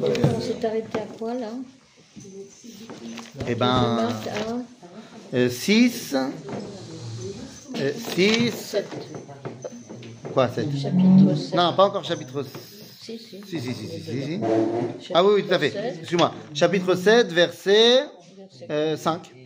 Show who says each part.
Speaker 1: On s'est arrêté à quoi là
Speaker 2: Eh
Speaker 1: On
Speaker 2: ben, euh,
Speaker 1: marque à
Speaker 2: 6, 6,
Speaker 1: 7,
Speaker 2: euh, quoi, 7
Speaker 1: chapitre 7.
Speaker 2: Non, pas encore chapitre 6.
Speaker 1: Si, si.
Speaker 2: Si, si, si, si, si, si.
Speaker 1: Chapitre
Speaker 2: Ah oui, oui, tout à
Speaker 1: 7,
Speaker 2: fait. Excuse-moi. Chapitre 7, verset euh,
Speaker 1: verset
Speaker 2: 5.